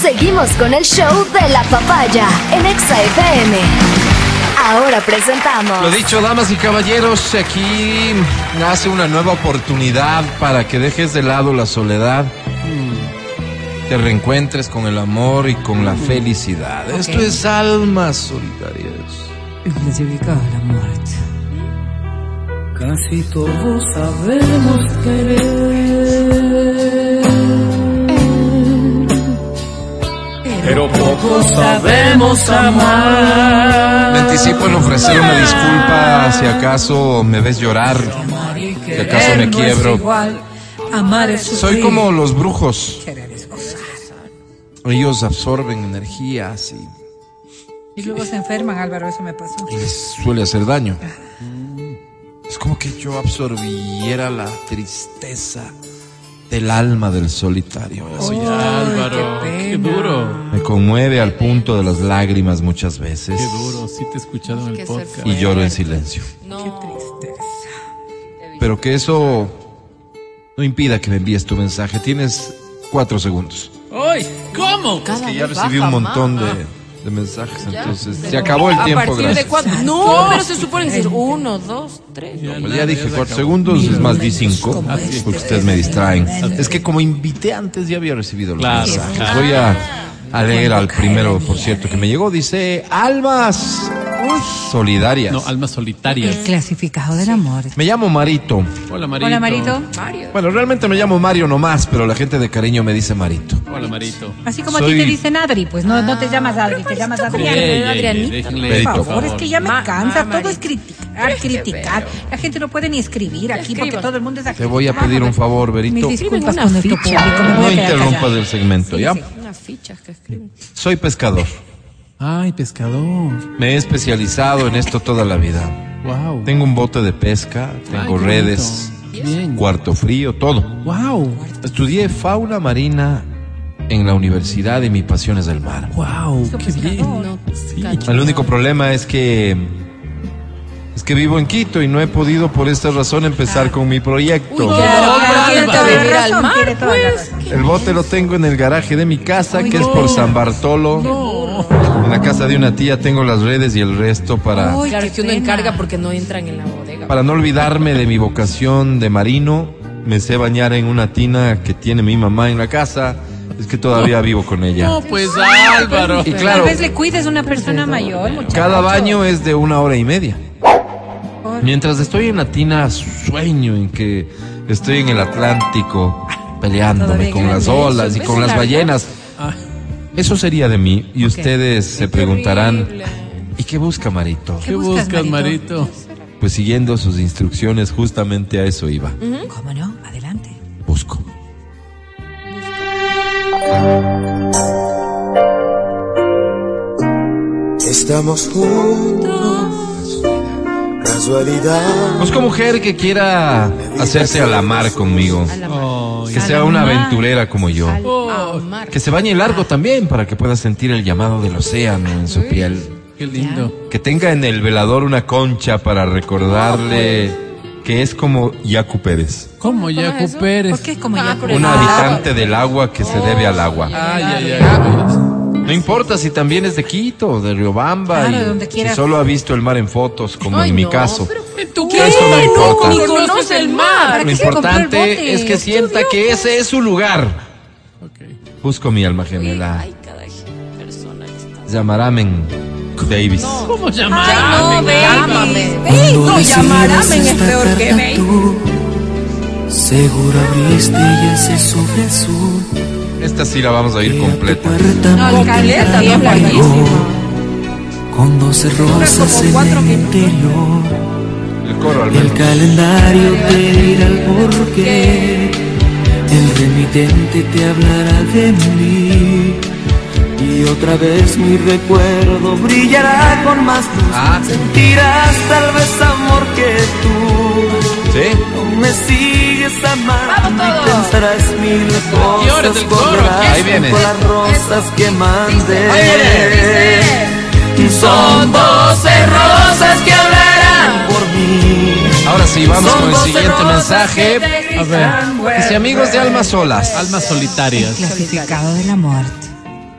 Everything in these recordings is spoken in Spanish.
Seguimos con el show de la papaya en Exa FM. Ahora presentamos. Lo dicho, damas y caballeros, aquí nace una nueva oportunidad para que dejes de lado la soledad, mm, te reencuentres con el amor y con la felicidad. Esto es Almas Solitarias. Clasificada la muerte. Casi todos sabemos querer, pero pocos sabemos Ah. Me amar. anticipo en ofrecer una disculpa si acaso me ves llorar. Amar y querer acaso me no quiebro. es igual. Amar es Soy sufrir. como los brujos, Querer es gozar. ellos absorben energías y Y luego se enferman, Álvaro, eso me pasó. y les suele hacer daño. Es como que yo absorbiera la tristeza del alma del solitario. Eso Ay, ya Álvaro, qué qué, pena. duro. me conmueve al punto de las lágrimas muchas veces Qué duro, sí te he escuchado en el podcast. y lloro en silencio. Qué tristeza. Pero que eso no impida que me envíes tu mensaje. Tienes cuatro segundos. ¡Ay! ¿Cómo? Es que ya recibí un montón de, de mensajes, entonces se acabó el ¿A tiempo. partir de Gracias. cuándo? No, pero se supone decir uno, dos, tres. Pues ya dije cuatro segundos. segundos, es más di momentos cinco, como porque este, ustedes me distraen. tremendo. Es que como invité antes ya había recibido los Claro, mensajes. claro. Voy a, a leer al primero, por cierto, que me llegó. Dice, almas solidarias. No, almas El solitarias. clasificado del amor. Me llamo Marito. Hola, Marito. Hola, Marito. Bueno, realmente me llamo Mario nomás, pero la gente de cariño me dice Marito. Hola, Marito. Así como a Soy- ti te dicen Adri, pues no, no te llamas Adri, te llamas Adrián. Ey, pues, ey, Adrianita. déjenle, Perito. Por por favor, es que ya me Ma- cansa, ma- todo es Marito. criticar, criticar. La gente no puede ni escribir aquí porque escriban. todo el mundo es aquí. Te voy a pedir un favor, Ah, Mis Berito. disculpas Escriben con una nuestro ficha. público, me voy No a quedar interrumpas callada. el segmento, ¿ya? Unas fichas que escriben. Soy pescador. Ay, pescador. Me he especializado en esto toda la vida. Wow. Tengo un bote de pesca, tengo redes, Bien. cuarto frío, todo. Wow. Estudié fauna marina en la universidad y mi pasión es el mar. Wow, qué bien. No, cacho. El único problema es que es que vivo en Quito y no he podido por esta razón empezar con mi proyecto. Ah. Uy, Claro, No, claro, tiene Álvaro. toda la Vivir al razón, mar, tiene toda pues, la razón. El bote lo tengo en el garaje de mi casa, que es por San Bartolo. En la casa de una tía tengo las redes y el resto para Uy, Claro qué que uno pena. encarga porque no entran en la bodega. para no olvidarme de mi vocación de marino. Me sé bañar en una tina que tiene mi mamá en la casa. Es que todavía vivo con ella. No, pues Álvaro. Y Tal claro, vez le cuides a una persona mayor, muchacho. Cada baño es de una hora y media. Mientras estoy en la tina, sueño en que estoy en el Atlántico peleándome Todavía con las grande. olas y Eso con es las largo. ballenas. Ah, Eso sería de mí y ustedes se Qué preguntarán, horrible. ¿y qué busca Marito? ¿Qué buscas, Marito? Pues siguiendo sus instrucciones justamente a eso iba. ¿Cómo no? Adelante. Busco. Estamos juntos, casualidad. Busco Pues mujer que quiera hacerse a la mar conmigo, A la mar. Oh, que sea una aventurera como yo. Al- Oh, a mar. Que se bañe largo también para que pueda sentir el llamado del océano en su piel. qué lindo. Que tenga en el velador una concha para recordarle Ah, que es como Yacu Pérez, ¿Cómo ya es eso? ¿Por Pérez? qué como Ah, Oh. ya por el una agua. habitante del agua que se debe al agua. Ay, ay, ay. No importa si también es de Quito, de Riobamba, Claro, y donde si quiera. solo ha visto el mar en fotos, como Ay, en mi no, caso. pero- ¿Tú qué? Esto no importa. Ni conoces el mar. ¿Para Lo qué se compró el bote? importante es que sienta que ese es su lugar. Ok. Busco mi alma Oye, gemela, Ay, cada persona que está. Llamaramen Davis. ¿Cómo Ay, no, llamarme? llámame. No, llamarame es peor que me. Seguro abriste y ese sobre azul. Esta sí la vamos a ir completa. No, Caleta, no, larguísimo. Con doce rosas en el interior. El coro al El menos. calendario te dirá el porqué. El remitente te hablará de mí. Y otra vez mi recuerdo brillará con más luz. Ah. Sentirás tal vez amor que tú. ¿Sí? Aún me sigues amando y pensarás mil Llores cosas del coro, colgarás ahí viene. por las rosas que mandé Dice, y son doce rosas que hablarán por mí Ahora sí, vamos Son con el doce siguiente rosas mensaje. que te A ver. Dice amigos de almas Ah, solas. Almas solitarias. Clasificado de la muerte.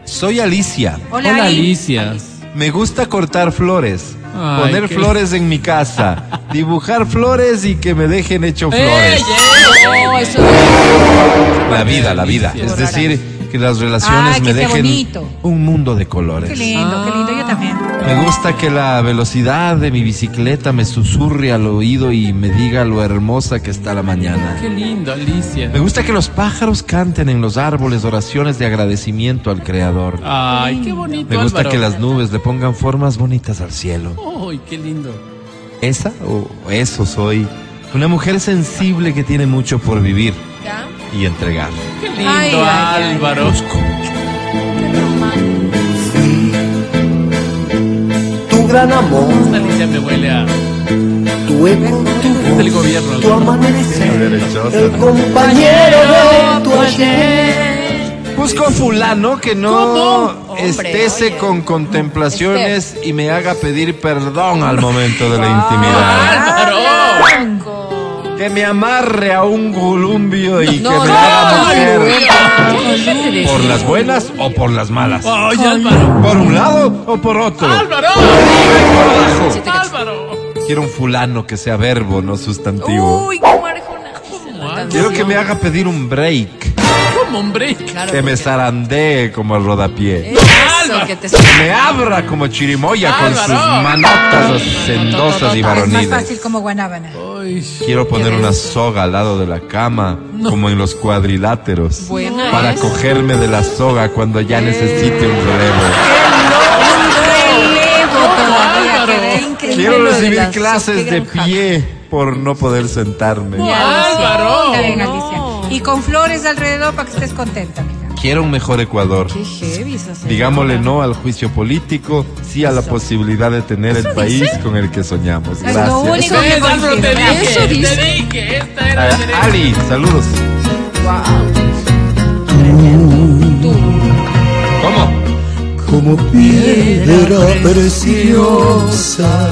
Soy Alicia. Hola, Hola Ari. Alicia. Me gusta cortar flores, Ay, poner qué- flores en mi casa, dibujar flores y que me dejen hecho flores. Oh, No, eso es La vida, la vida. Qué Es decir, que las relaciones Ay, me que sea dejen Ah, bonito. un mundo de Qué colores. lindo, qué lindo. Yo también. Me gusta que la velocidad de mi bicicleta me susurre al oído y me diga lo hermosa que está la mañana. Qué lindo, Alicia. Me gusta que los pájaros canten en los árboles oraciones de agradecimiento al Creador. Ah, Ay, qué bonito. Me gusta Álvaro. que las nubes le pongan formas bonitas al cielo. Ay, qué lindo. ¿Esa o eso soy? Una mujer sensible que tiene mucho por vivir ya. y entregar. Qué lindo, Ay, ay, ay. Álvaro. Tu gran amor, Esta Alicia me huele a. tu eco, Es del gobierno. tu Álvaro. amanecer, el compañero de tu ayer. Busco fulano que no ¿Cómo? estése Hombre, oye. Este con contemplaciones y me haga pedir perdón al momento de la Ah. intimidad. Álvaro. Blanco. Que me amarre a un columbio y que me no, haga no, Ah. mujer Columbio. por las buenas o por las malas. Ay, Álvaro. Por un lado o por otro. Álvaro. Sí te cacho. Álvaro. Quiero un fulano que sea verbo, no sustantivo. Uy, qué marejona. Quiero que me haga pedir un break. ¿Cómo, hombre? Que me zarandee como el rodapié. Eso que te estoy Me abra como chirimoya con sus Álvaro. manotas sendosas y Es más fácil varoniles. como guanábana. Ay, Quiero poner una soga al lado de la cama, como en los cuadriláteros, Buena para es. cogerme de la soga cuando ya necesite un relevo. Relevo todavía, Álvaro. que ve increíble Quiero lo de recibir las- qué clases de gran hack. pie por no poder sentarme. Álvaro. Está bien, Alicia. Y con flores alrededor para que estés contenta, mija. Quiero un mejor Ecuador. Qué heavy esa señora. Digámosle no al juicio político, sí a la posibilidad de tener el país con el que soñamos. Es lo Gracias. único que Ves, Álvaro, te coincide. dije. Eso dice. Te dije. Esta era la Ah, derecha. Ali, saludos. ¿Cómo? Como piedra preciosa,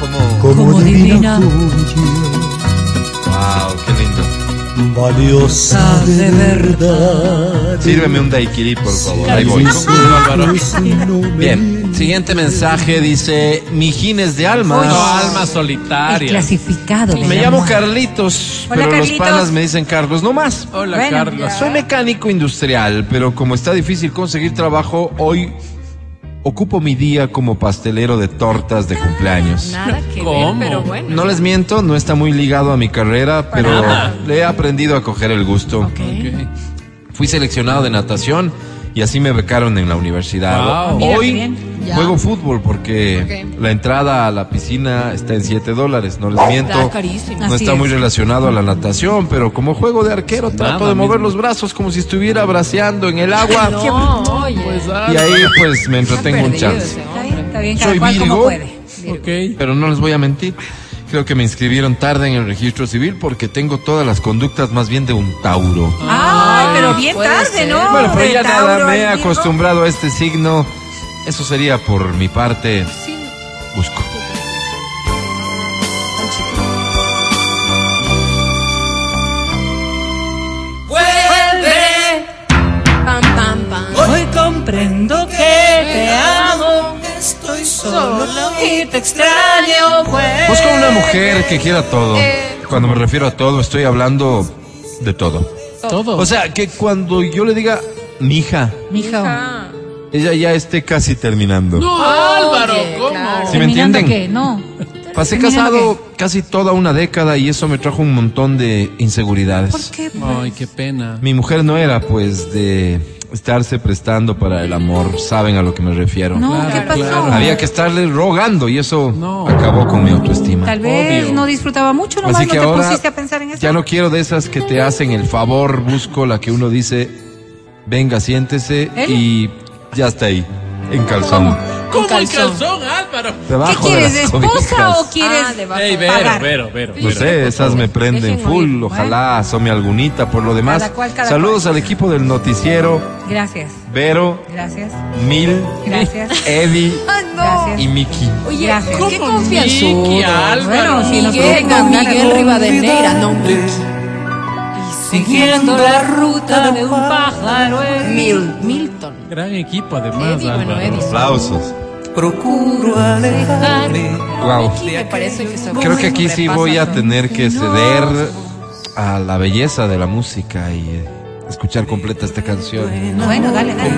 Como, como divina wow, qué lindo. valiosa de verdad. Sírveme un daiquiri, por favor. Ahí voy. Álvaro. Bien, siguiente mensaje dice Mijines de Almas. No, alma El solitaria. clasificado. de Me la llamo muerte. Carlitos, Hola, pero los Carlitos. panas me dicen Carlos, no más. Hola, Bueno, Carlos. Soy mecánico industrial, pero como está difícil conseguir trabajo, hoy ocupo mi día como pastelero de tortas de cumpleaños. Nada que ¿Cómo? ver, pero bueno. No les miento, no está muy ligado a mi carrera, pero le he aprendido a coger el gusto. Ok. Fui seleccionado de natación y así me becaron en la universidad. Wow. Mira, qué Hoy bien. juego fútbol porque la entrada a la piscina está en 7 dólares, no les miento. Está carísimo. No Así está es. muy relacionado a la natación, pero como juego de arquero trato de mover mismo. los brazos como si estuviera braceando en el agua. No, oye. Y ahí pues me entretengo un perdido chance. ese Está bien, Está bien, cada Soy cual como Virgo. puede. Ok. Pero no les voy a mentir. Creo que me inscribieron tarde en el registro civil porque tengo todas las conductas más bien de un Tauro. Ay, pero bien puede tarde, ser. ¿no? Bueno, pero De ya Tauro nada, me he al Virgo. acostumbrado a este signo. Eso sería por mi parte. Busco. Vuelve. Pam, pam, pam. Hoy comprendo que te amo, estoy solo y te extraño, pues. Busco una mujer que quiera todo. Eh. Cuando me refiero a todo, estoy hablando de todo. Todo. O sea, que cuando yo le diga mi hija, Mija. Ah, ella ya esté casi terminando. No, Oh, Álvaro, ¿cómo? claro. ¿Sí me ¿Terminando entienden? qué? No. Pasé ¿Terminando casado casi toda una década y eso me trajo un montón de inseguridades. ¿Por qué? Ay, qué pena. Mi mujer no era, pues, de estarse prestando para el amor. Saben a lo que me refiero. No, ¿qué Claro, pasó? claro. Había que estarle rogando y eso No. acabó con mi autoestima. Tal vez Obvio. no disfrutaba mucho, nomás Así no que te ahora pusiste a pensar en eso. ya no quiero de esas que te hacen el favor, busco la que uno dice, venga, siéntese ¿Eh? y ya está ahí, en calzón. ¿Cómo el calzón. calzón, Álvaro? ¿Qué Debajo de quieres, las esposa cobijas. o quieres? ah, de bajo. Ey, Pagar. Vero, Vero, Vero. No sé, esas me prenden Dejen full, oír. ojalá asome algunita por lo demás. ¿eh? Cada cual, cada Saludos cual. al equipo del noticiero, Gracias, Vero, gracias, Mil, gracias. Eddie, Fernando. Gracias. Y Miki. Oye, Gracias. qué ¿Cómo confianzudo. Miki, Álvaro? Bueno, sí, nos Miguel, podemos con ganar Miguel algún Rivadeneira, nombre. Siguiendo la ruta de un pájaro Mil, Milton. Gran equipo, además, Eddie, bueno, Álvaro. Eddie. Aplausos. Procuro alejarme Wow. Aquí me parece que se Creo que aquí sí sobrepasa voy a todo. tener que ceder a la belleza de la música y eh, escuchar completa esta canción. Bueno, dale, dale.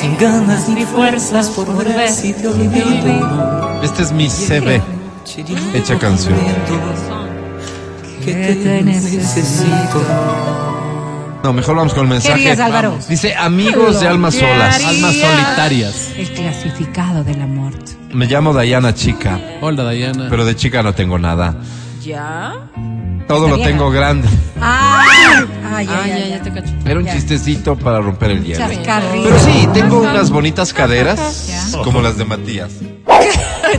Sin ganas ni fuerzas por volver si te olvido Este es mi CV. Hecha canción. Que te necesito No, mejor vamos con el mensaje. digas, Álvaro? Vamos. Dice amigos de almas solas. Almas solitarias. El clasificado del amor. Me llamo Dayana Chica, Hola, Dayana. pero de chica no tengo nada. ¿Ya? Todo lo tengo grande. Ah, ay, Ah, ay, ya, ay, ya te cacho. Era un chistecito para romper el hielo. ay. Carrillo. Pero sí, tengo unas bonitas caderas como las de Matías,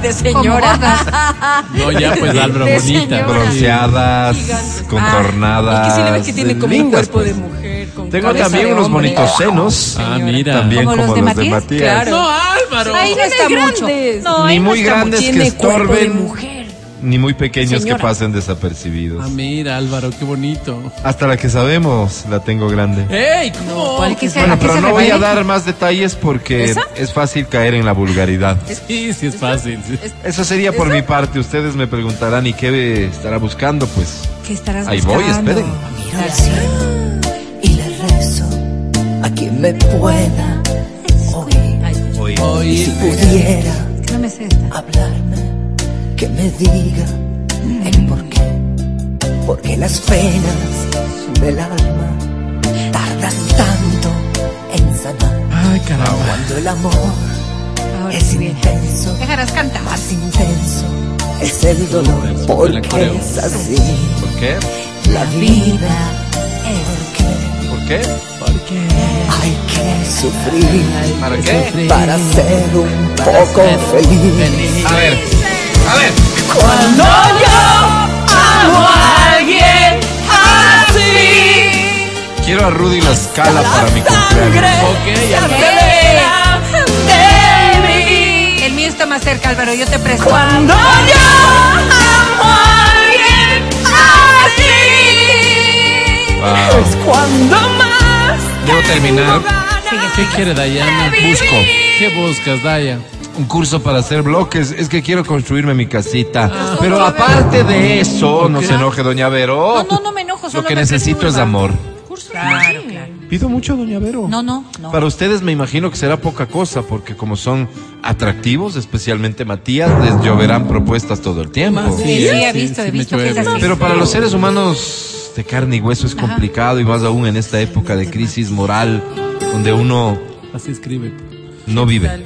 De Este Como señora. gordas. No, ya, pues, Álvaro, De bonita. señora. bronceadas, Ah, Ah, contornadas. Y que sí le ves que tiene como un lindas, cuerpo de pues. mujer. Con Tengo cabeza también de unos hombre. bonitos senos, Ah, mira. también ¿Como como, los los de de Matías? Matías. Claro. No, Álvaro. Ahí no está grandes. Ni ahí muy está mucho. grandes que Tiene cuerpo de estorben. mujer. Ni muy pequeños Señora. que pasen desapercibidos. Ah, mira, Álvaro, qué bonito. Hasta la que sabemos, la tengo grande. ¡Ey! ¿Cómo? ¿Cuál ¿A qué se- Bueno, a qué pero se no voy a refiere? dar más detalles porque es fácil caer en la vulgaridad. Sí, sí, es fácil. sí. Eso sería por mi parte. Ustedes me preguntarán y qué estará buscando, pues. ¿Qué estarás Ahí voy, buscando? esperen. Mira, y le rezo a quien me pueda oír. Y si pudiera que No me sé esta. hablarme, que me diga el por qué. Porque las penas del alma tardan tanto en sanar. Ay, caramba. Cuando el amor Ahora es sí viene. intenso, Dejarás cantar. más intenso es el dolor. Porque es así ¿Por qué? la vida. Porque ¿Por qué? hay que sufrir. ¿Para qué? para ser un poco feliz. A ver, a ver. Cuando yo amo a alguien así Quiero a Rudy la escala para mi cumpleaños. Sangre Ok, se ya. acelera de mí El mío está más cerca, Álvaro. Yo te presto. Cuando yo amo a alguien así Wow. Es cuando más Debo terminar ¿Qué quiere Dayana? Busco. ¿Qué buscas, Daya? un curso para hacer bloques. Es que quiero construirme mi casita. Pero aparte de eso, no se enoje, doña Vero. No, no, no me enojo. Lo solo que me parece necesito muy es bajo. amor. Curso. Claro, Sí. claro. Pido mucho, doña Vero. No, no, no. Para ustedes me imagino que será poca cosa, porque como son atractivos, especialmente Matías, les lloverán propuestas todo el tiempo. Sí, sí, he sí, visto, sí he me visto que es llueve. así. Pero para los seres humanos de carne y hueso es complicado, y más aún en esta época de crisis moral, donde uno Así escribe. no vive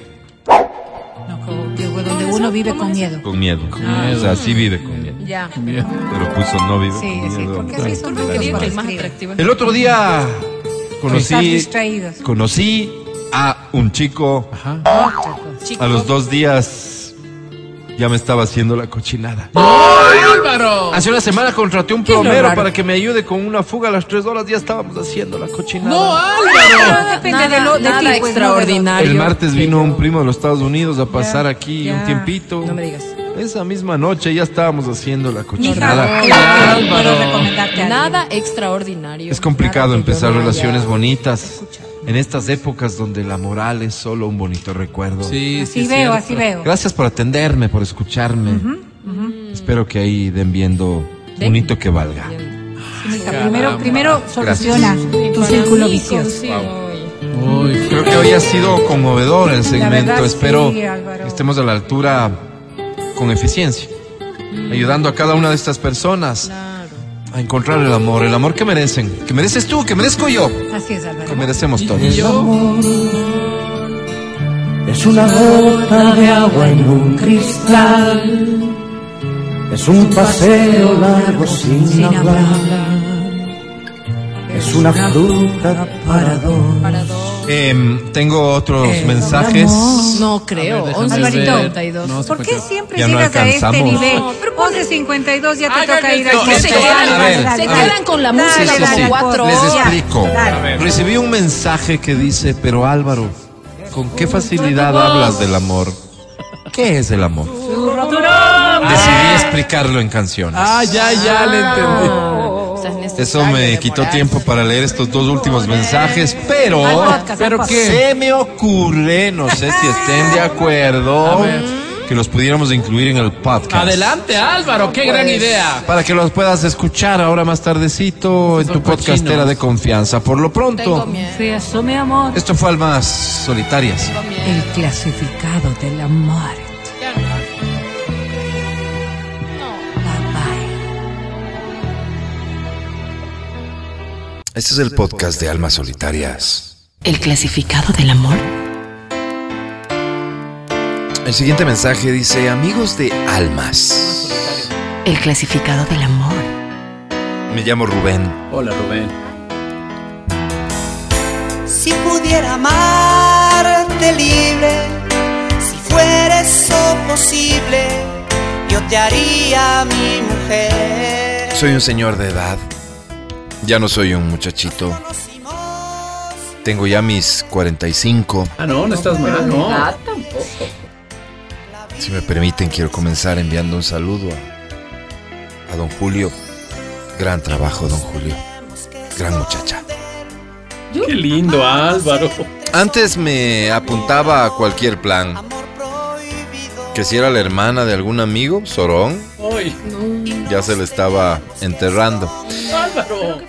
No, como que donde uno vive con miedo. con miedo. miedo. O sea, sí vive con miedo. Ya. Bien. Pero puso no vive Sí, con sí, miedo. porque así son los Yo diría Escribe. que el más atractivo. El otro día Están conocí, distraídos. conocí a un chico. Ajá. A los dos días ya me estaba haciendo la cochinada. Álvaro. Hace una semana contraté un ¿Qué es lo plomero raro? para que me ayude con una fuga. A las tres horas ya estábamos haciendo la cochinada. No, ah, Álvaro. No depende Nada, de lo de nada ti, pues, extraordinario. El martes vino un primo de los Estados Unidos a pasar aquí ya. un tiempito. No me digas. Esa misma noche ya estábamos haciendo la No, Mija, cochinada. claro que Álvaro. puedo recomendarte algo. Nada extraordinario. Es complicado Nada que yo empezar no haya- relaciones bonitas en estas épocas donde la moral es solo un bonito recuerdo. Sí, sí. Así veo, cierto. así veo. Gracias por atenderme, por escucharme. Espero que ahí den viendo un hito que valga. Mija, primero, primero soluciona tu Para círculo mí, vicioso. consigo, oye. Uy, Creo que hoy ha sido conmovedor el segmento. verdad, Espero sí, Álvaro. que estemos a la altura con eficiencia, Mm. ayudando a cada una de estas personas a encontrar el amor, el amor que merecen, que mereces tú, que merezco yo, Así es, que Álvaro. merecemos todos. y yo. Es una gota de agua en un cristal. Es un paseo largo sin, Sin hablar. hablar. Es una fruta para dos. Para dos. Em, tengo otros Eh, mensajes. No creo. déjame 11 ver. Alvarito. No, ¿Por qué 52. siempre Ya no llegas a este alcanzamos. nivel? No, pero 11.52 ya te Hagan toca ir esto, al esto, coche. a Dale, ver, dale, a dale. ver. con la Dale, Sí, música sí, dale, sí. como cuatro Les horas. explico. Dale. Recibí un mensaje que dice, pero Álvaro, ¿con qué facilidad hablas del amor? ¿Qué es el amor? Ah. Decidí explicarlo en canciones. Ah, ya, ya le entendí. O sea, es necesario Eso me quitó demorar. tiempo para leer estos dos últimos mensajes, pero, podcast, ¿Pero al qué? se me ocurre, no sé si estén de acuerdo, que los pudiéramos incluir en el podcast. Adelante, Álvaro, qué gran idea. Para que los puedas escuchar ahora más tardecito en Son tu podcastera cochinos. de confianza. Por lo pronto, Tengo miedo. Fue eso, mi amor. esto fue Almas Solitarias. El clasificado del amor. Ya no. Este es el podcast de Almas Solitarias. El clasificado del amor. El siguiente mensaje dice, amigos de Almas. El clasificado del amor. Me llamo Rubén. Hola, Rubén. Si pudiera amarte libre, si fuera eso posible, yo te haría mi mujer. Soy un señor de edad. Ya no soy un muchachito. Tengo ya mis 45. Ah, no, no estás mal, no. Si me permiten, quiero comenzar enviando un saludo a, a don Julio. Gran trabajo, don Julio. Gran muchacha. Qué lindo, Álvaro. Antes me apuntaba a cualquier plan. Que si era la hermana de algún amigo, Sorón, Ay, ya se le estaba enterrando. Álvaro.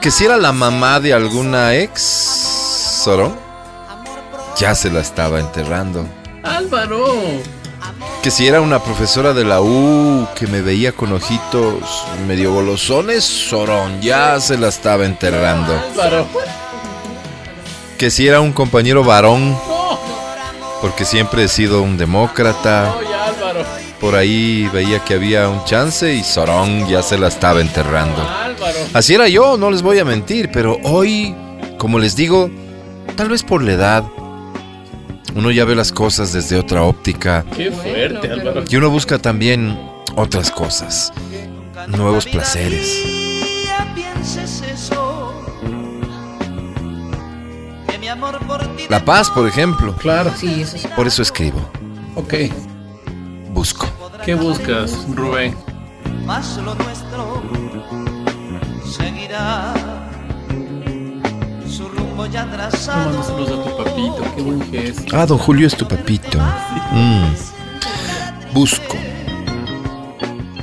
Que si era la mamá de alguna ex, Sorón, ya se la estaba enterrando. Álvaro. Que si era una profesora de la U que me veía con ojitos medio golosones, Sorón ya se la estaba enterrando. Álvaro. Que si era un compañero varón, No, porque siempre he sido un demócrata, ay, Álvaro. por ahí veía que había un chance y Sorón ya se la estaba enterrando. Álvaro. Así era yo, no les voy a mentir, pero hoy, como les digo, tal vez por la edad, uno ya ve las cosas desde otra óptica. Qué fuerte, Álvaro. Y uno busca también otras cosas, nuevos placeres. La paz, por ejemplo. Claro. Sí, eso sí. Por eso escribo, Ok. busco. ¿Qué buscas, Rubén? Tomando saludos a tu papito. Qué buen que es. Ah, don Julio es tu papito. Mm. Busco.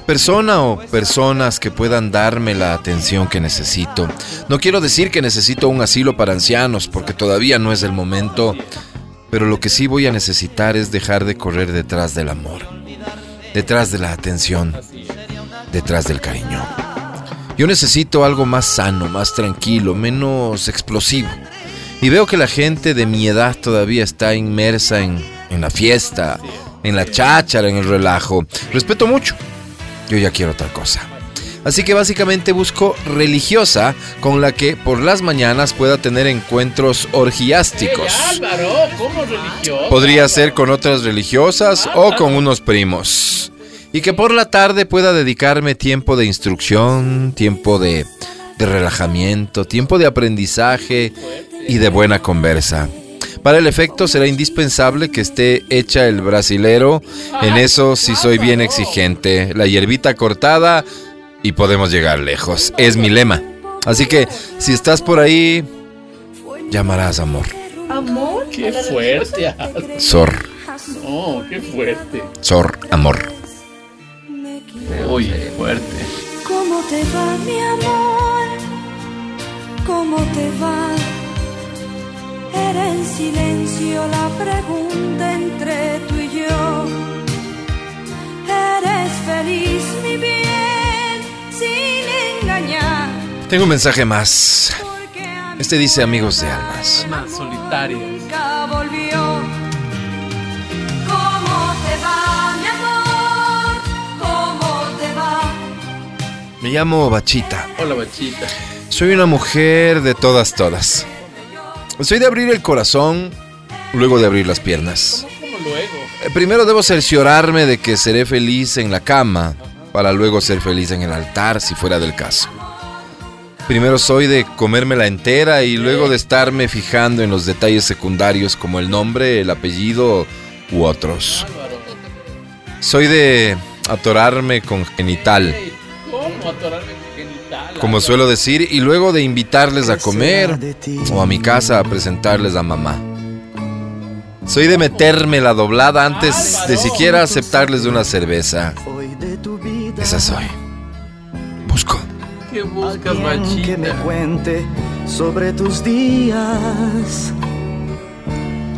Persona o personas que puedan darme la atención que necesito. No quiero decir que necesito un asilo para ancianos, porque todavía no es el momento, pero lo que sí voy a necesitar es dejar de correr detrás del amor, detrás de la atención, detrás del cariño. Yo necesito algo más sano, más tranquilo, menos explosivo. Y veo que la gente de mi edad todavía está inmersa en, en la fiesta, en la cháchara, en el relajo. Respeto mucho. Yo ya quiero otra cosa. Así que básicamente busco religiosa con la que por las mañanas pueda tener encuentros orgiásticos. Álvaro, ¿cómo religioso? Podría ser con otras religiosas o con unos primos. Y que por la tarde pueda dedicarme tiempo de instrucción, tiempo de, de relajamiento, tiempo de aprendizaje y de buena conversa. Para el efecto será indispensable que esté hecha el brasilero. En eso sí soy bien exigente. La hierbita cortada y podemos llegar lejos. Es mi lema. Así que si estás por ahí, llamarás amor. Qué fuerte, Álvaro. Sor, No, qué fuerte. sor, amor. Uy, fuerte. ¿Cómo te va, mi amor? ¿Cómo te va? Era en silencio la pregunta entre tú y yo. ¿Eres feliz, mi bien? Sin engañar. Tengo un mensaje más. Porque a Este dice amigos de almas. Más solitarias. nunca volvió. ¿Cómo te va, mi amor? ¿Cómo te va? Me llamo Bachita. Hola, bachita. Soy una mujer de todas, todas. Soy de abrir el corazón, luego de abrir las piernas. ¿Cómo luego? Eh, Primero debo cerciorarme de que seré feliz en la cama, para luego ser feliz en el altar, si fuera del caso. Primero soy de comérmela entera y luego de estarme fijando en los detalles secundarios como el nombre, el apellido u otros. Álvaro. Soy de atorarme con genital, ¿Cómo atorarme con genital? como suelo decir, y luego de invitarles a comer o a mi casa a presentarles a mamá. Soy de meterme la doblada antes de siquiera aceptarles de una cerveza. Esa soy. Busco. ¿Qué buscas, que me machita? cuente sobre tus días.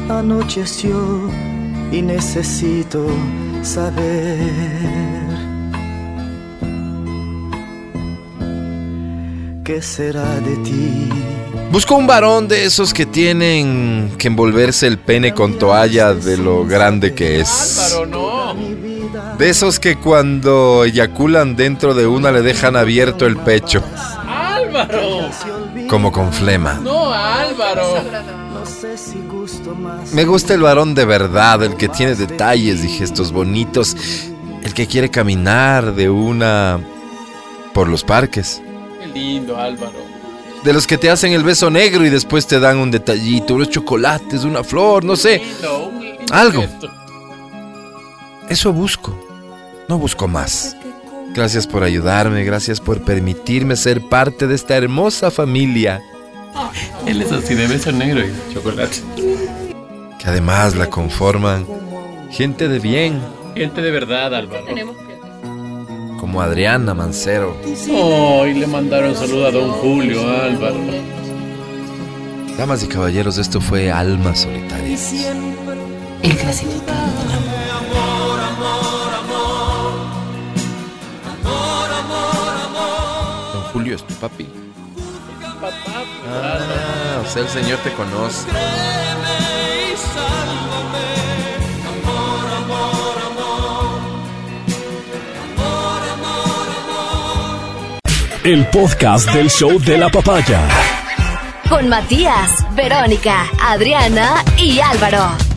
Anocheció y necesito saber qué será de ti. Busco un varón de esos que tienen que envolverse el pene con toalla de lo grande que es. Álvaro, no. Mi vida De esos que cuando eyaculan dentro de una le dejan abierto el pecho, Álvaro. se olvida, como con flema. No, Álvaro. no sé si gusto más. Me gusta el varón de verdad, el que tiene detalles y gestos bonitos, el que quiere caminar de una por los parques. Qué lindo, Álvaro. De los que te hacen el beso negro y después te dan un detallito, unos chocolates, una flor, no sé. Lindo, un lindo Algo. gesto. Eso busco. No busco más. Gracias por ayudarme, gracias por permitirme ser parte de esta hermosa familia, Él es así de beso negro y chocolate. que además la conforman gente de bien, Gente de verdad, Álvaro. como Adriana Mancero. Hoy le mandaron saludo a don Julio, Álvaro. Damas y caballeros, esto fue Almas Solitarias. El clasificado del amor. Don Julio es tu papi. Papá, Ah, o sea, el Señor te conoce. El podcast del show de la papaya. Con Matías, Verónica, Adriana y Álvaro.